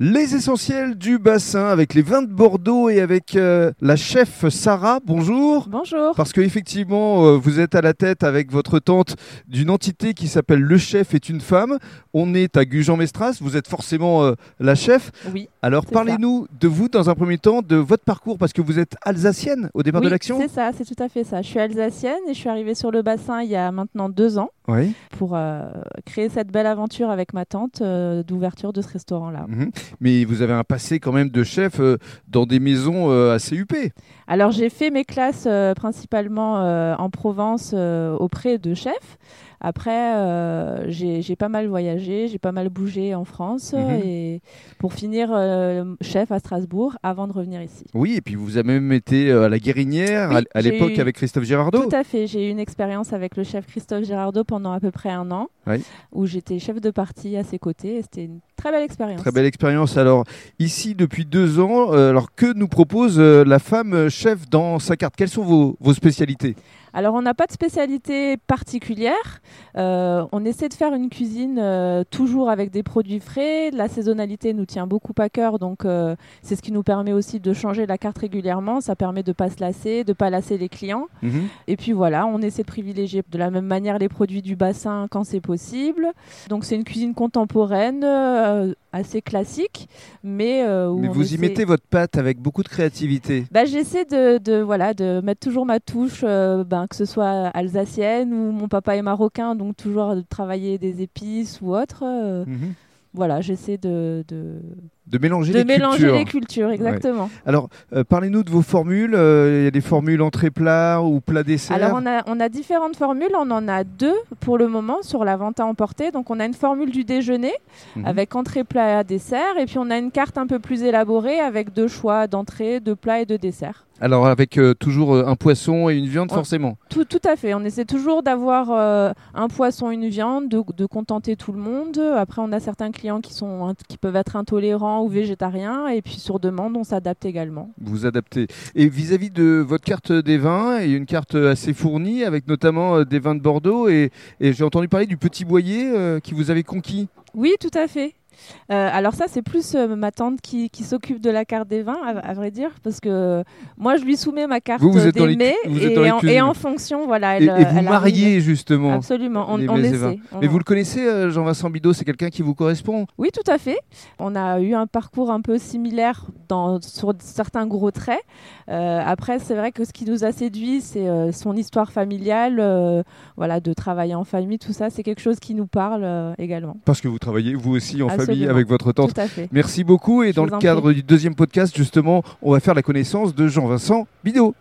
Les essentiels du bassin avec les vins de Bordeaux et avec euh, la chef Sarah. Bonjour. Bonjour. Parce que effectivement, euh, vous êtes à la tête avec votre tante d'une entité qui s'appelle Le Chef est une femme. On est à Gujan-Mestras. Vous êtes forcément euh, la chef. Oui. Alors C'est parlez-nous de vous dans un premier temps, de votre parcours parce que vous êtes alsacienne au départ Oui, de l'action. C'est ça, c'est tout à fait ça. Je suis alsacienne et je suis arrivée sur le bassin il y a maintenant deux ans Oui. pour euh, créer cette belle aventure avec ma tante euh, d'ouverture de ce restaurant-là. Mhm. Mais vous avez un passé quand même de chef euh, dans des maisons euh, assez huppées. Alors j'ai fait mes classes euh, principalement euh, en Provence euh, auprès de chefs. Après, euh, j'ai j'ai pas mal voyagé, j'ai pas mal bougé en France Mhm. et pour finir euh, chef à Strasbourg avant de revenir ici. Oui, et puis vous avez même été euh, à la Guérinière Oui, à l- à j'ai l'époque eu- avec Christophe Girardot. Tout à fait. J'ai eu une expérience avec le chef Christophe Girardeau pendant à peu près un an, Oui. où j'étais chef de parti à ses côtés. et C'était une très belle expérience. Très belle expérience. Alors, ici, depuis deux ans, euh, alors que nous propose euh, la femme euh, chef dans sa carte Quelles sont vos, vos spécialités Alors, on n'a pas de spécialité particulière. Euh, on essaie de faire une cuisine euh, toujours avec des produits frais. La saisonnalité nous tient beaucoup à cœur, donc euh, c'est ce qui nous permet aussi de changer la carte régulièrement. Ça permet de pas se lasser, de pas lasser les clients. Mhm. Et puis voilà, on essaie de privilégier de la même manière les produits du bassin quand c'est possible. Donc c'est une cuisine contemporaine, euh, assez classique, mais euh, où Mais on vous y essaie- mettez votre patte avec beaucoup de créativité. Bah, j'essaie de, de, voilà de mettre toujours ma touche, euh, ben, que ce soit alsacienne ou mon papa est marocain, donc toujours de travailler des épices ou autre. euh, Mhm. Voilà, j'essaie de de, De mélanger de les mélanger cultures. les cultures, exactement. Alors, euh, parlez-nous de vos formules. Euh, Il y a des formules entrée-plat ou plat-dessert. Alors on a, on a différentes formules, on en a deux pour le moment sur la vente à emporter. Donc on a une formule du déjeuner Mhm. avec entrée, plat, dessert, et puis on a une carte un peu plus élaborée avec deux choix d'entrée, de plat et de dessert. Alors, avec euh, toujours euh, un poisson et une viande, On- forcément. Tout, tout à fait, on essaie toujours d'avoir euh, un poisson, une viande, de, de contenter tout le monde. Après on a certains clients qui, sont, int- qui peuvent être intolérants ou végétariens, et puis sur demande on s'adapte également. Vous adaptez. Et vis-à-vis de votre carte des vins, il y a une carte assez fournie avec notamment euh, des vins de Bordeaux et, et j'ai entendu parler du petit boyer euh, qui vous avait conquis. Oui, tout à fait. Euh, alors ça, c'est plus euh, ma tante qui, qui s'occupe de la carte des vins, à, à vrai dire, parce que moi, je lui soumets ma carte Vous, vous êtes des dans les cu- mets vous êtes et, dans les en, cuisines. et en fonction, voilà. Et, Elle, et vous elle arrive. mariez justement. Absolument, on, les on mets et vins. essaie. on- Mais vous le connaissez, euh, Jean-Vincent Bidot, c'est quelqu'un qui vous correspond. Oui, tout à fait. On a eu un parcours un peu similaire dans, sur certains gros traits. Euh, après, c'est vrai que ce qui nous a séduit, c'est euh, son histoire familiale, euh, voilà, de travailler en famille, tout ça, c'est quelque chose qui nous parle euh, également. Parce que vous travaillez vous aussi en famille Absolument. avec votre tante. Tout à fait. Merci beaucoup et Je dans vous le en cadre du deuxième podcast, justement, on va faire la connaissance de Jean-Vincent Bidot.